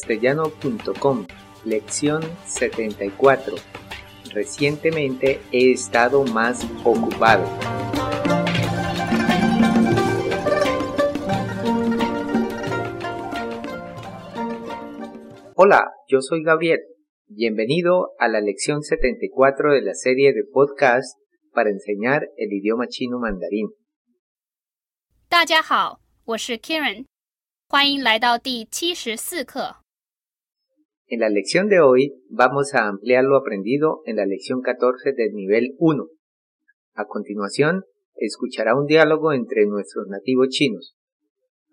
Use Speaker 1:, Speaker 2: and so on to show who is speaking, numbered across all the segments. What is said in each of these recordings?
Speaker 1: chinocastellano.com, lección 74. Recientemente he estado más ocupado. Hola, yo soy Gabriel. Bienvenido a la lección 74 de la serie de podcast para enseñar el idioma chino mandarín.
Speaker 2: 大家好，我是 Karen，欢迎来到第七十四课。
Speaker 1: En la lección de hoy vamos a ampliar lo aprendido en la lección 14 del nivel 1. A continuación, escuchará un diálogo entre nuestros nativos chinos.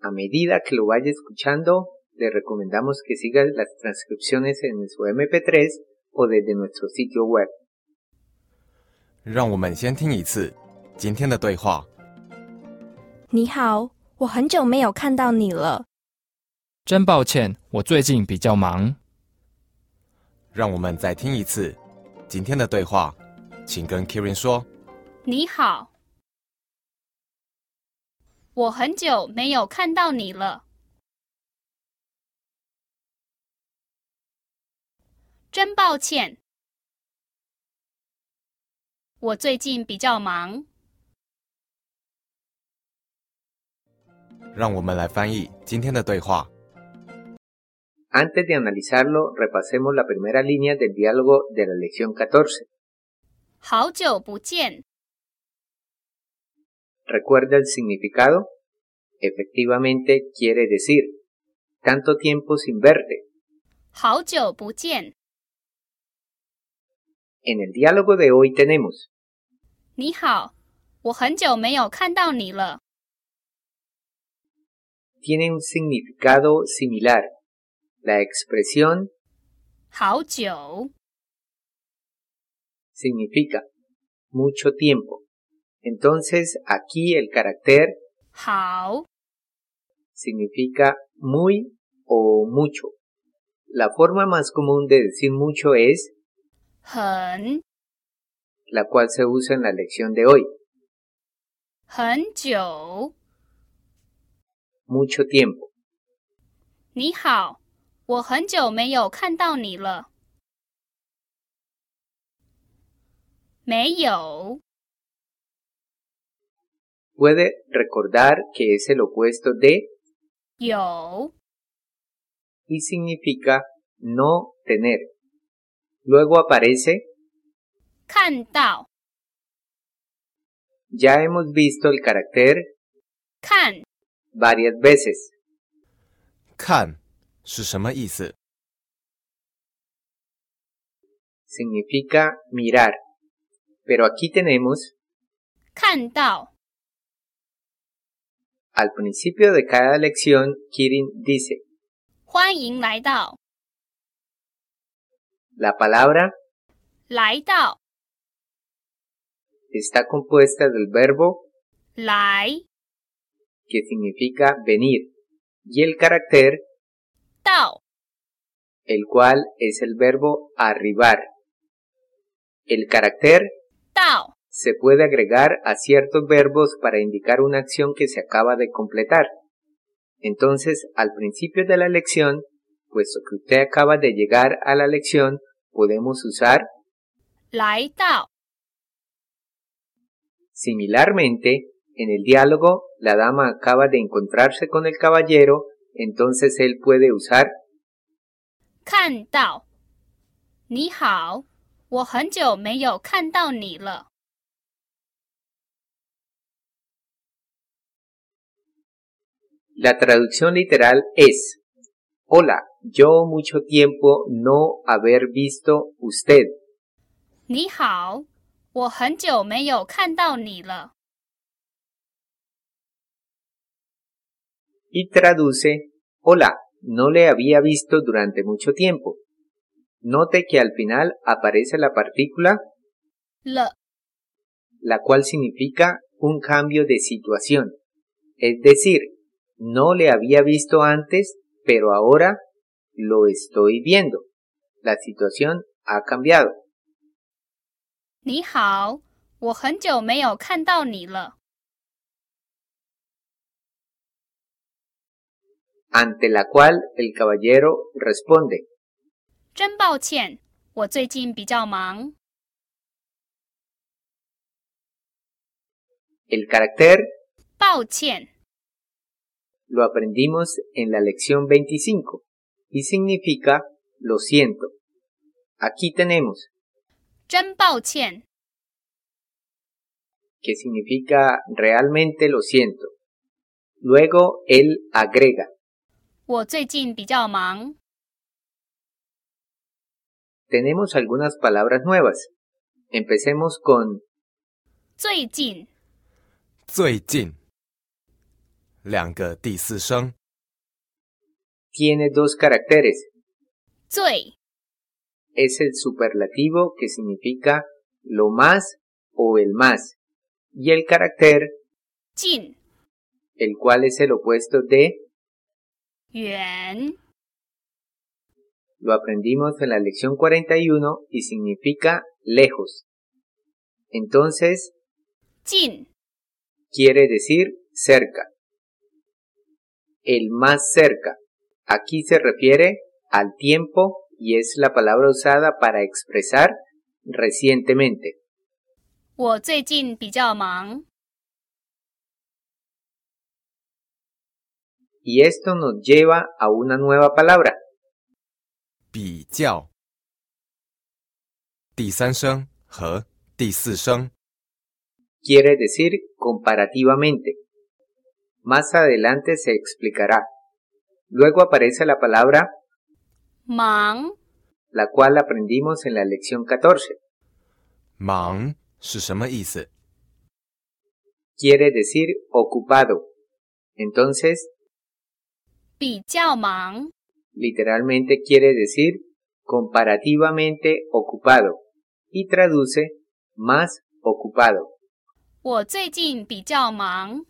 Speaker 1: A medida que lo vaya escuchando, le recomendamos que siga las transcripciones en su MP3 o desde nuestro sitio web.
Speaker 3: 让我们先听一次今天的对话。
Speaker 4: 你好，我很久没有看到你了。
Speaker 5: 真抱歉，我最近比较忙。
Speaker 3: 让我们再听一次今天的对话，请跟 Kirin 说。
Speaker 2: 你好，我很久没有看到你了。真抱歉，我最近比较忙。
Speaker 3: 让我们来翻译今天的对话。
Speaker 1: Antes de analizarlo, repasemos la primera línea del diálogo de la lección 14.
Speaker 2: 好久不见，
Speaker 1: ¿Recuerda el significado? Efectivamente quiere decir, tanto tiempo sin verte.
Speaker 2: 好久不见，
Speaker 1: En el diálogo de hoy tenemos,
Speaker 2: 你好，我很久没有看到你了。
Speaker 1: tiene un significado similar. La expresión
Speaker 2: 好久，
Speaker 1: significa mucho tiempo. Entonces aquí el carácter
Speaker 2: 好，
Speaker 1: significa muy o mucho. La forma más común de decir mucho es
Speaker 2: 很，
Speaker 1: la cual se usa en la lección de hoy.
Speaker 2: 很久。
Speaker 1: Mucho tiempo.
Speaker 2: 你好，我很久没有看到你了。没有，
Speaker 1: Puede recordar que es el opuesto de
Speaker 2: 有，
Speaker 1: y significa no tener. Luego aparece,
Speaker 2: 看到，
Speaker 1: ya hemos visto el carácter
Speaker 2: 看，
Speaker 1: varias veces.
Speaker 3: 看是什么意思？
Speaker 1: Significa mirar. Pero aquí tenemos,
Speaker 2: 看到，
Speaker 1: al principio de cada lección, Kirin dice,
Speaker 2: 欢迎来到，
Speaker 1: la palabra
Speaker 2: 来到，
Speaker 1: está compuesta del verbo
Speaker 2: 来
Speaker 1: que significa venir y el carácter
Speaker 2: 到，
Speaker 1: el cual es el verbo arribar. El carácter
Speaker 2: 到，
Speaker 1: se puede agregar a ciertos verbos para indicar una acción que se acaba de completar. Entonces, al principio de la lección, puesto que usted acaba de llegar a la lección, podemos usar
Speaker 2: 来到，
Speaker 1: Similarmente, en el diálogo, la dama acaba de encontrarse con el caballero, entonces él puede usar
Speaker 2: 看到。你好，我很久没有看到你了。
Speaker 1: La traducción literal es Hola, yo mucho tiempo no haber visto usted.
Speaker 2: 你好，我很久没有看到你了。
Speaker 1: y traduce Hola, no le había visto durante mucho tiempo. Note que al final aparece la partícula,
Speaker 2: 了。
Speaker 1: la cual significa un cambio de situación. Es decir, no le había visto antes, pero ahora lo estoy viendo. La situación ha cambiado.
Speaker 2: 你好，我很久没有看到你了。
Speaker 1: ante la cual el caballero responde.
Speaker 2: 真抱歉，我最近比较忙。
Speaker 1: El carácter
Speaker 2: 抱歉，
Speaker 1: lo aprendimos en la lección 25 y significa lo siento. Aquí tenemos
Speaker 2: 真抱歉，
Speaker 1: que significa realmente lo siento. Luego él agrega,
Speaker 2: 我最近比较忙。
Speaker 1: tenemos algunas palabras nuevas. Empecemos con
Speaker 2: 最近
Speaker 3: 最近，两个第四声，
Speaker 1: tiene dos caracteres.
Speaker 2: 最
Speaker 1: Es el superlativo que significa lo más o el más. Y el carácter,
Speaker 2: 近
Speaker 1: el cual es el opuesto de,
Speaker 2: 远
Speaker 1: lo aprendimos en la lección 41 y significa lejos. Entonces,
Speaker 2: 近
Speaker 1: quiere decir cerca. El más cerca. Aquí se refiere al tiempo y es la palabra usada para expresar recientemente.
Speaker 2: 我最近比较忙。
Speaker 1: Y esto nos lleva a una nueva palabra,
Speaker 3: 比较。第三声和第四声，
Speaker 1: quiere decir comparativamente. Más adelante se explicará. Luego aparece la palabra,
Speaker 2: 忙
Speaker 1: la cual aprendimos en la lección 14.
Speaker 3: 忙是什么意思？
Speaker 1: Quiere decir ocupado. Entonces,
Speaker 2: 比较忙，
Speaker 1: literalmente quiere decir comparativamente ocupado y traduce más ocupado.
Speaker 2: 我最近比较忙。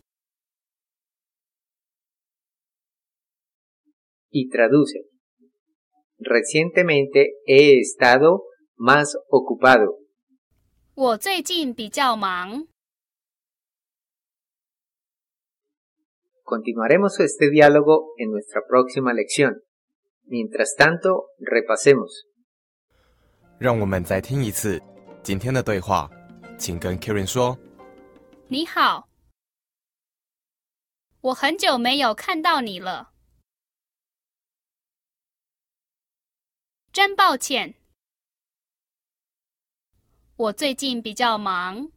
Speaker 1: Y traduce, recientemente he estado más ocupado.
Speaker 2: 我最近比较忙。
Speaker 1: Continuaremos este diálogo en nuestra próxima lección. Mientras tanto, repasemos.
Speaker 3: 让我们再听一次今天的对话，请跟 Kirin 说。
Speaker 2: 你好，我很久没有看到你了，真抱歉。我最近比较忙，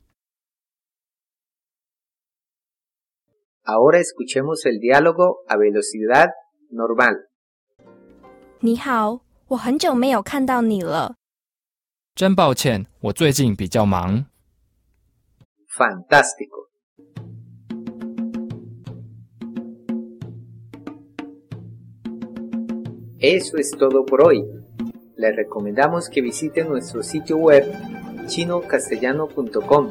Speaker 1: Ahora escuchemos el diálogo a velocidad normal.
Speaker 4: 你好，我很久没有看到你了，
Speaker 5: 真抱歉，我最近比较忙。
Speaker 1: Fantástico. Eso es todo por hoy. Les recomendamos que visiten nuestro sitio web chinocastellano.com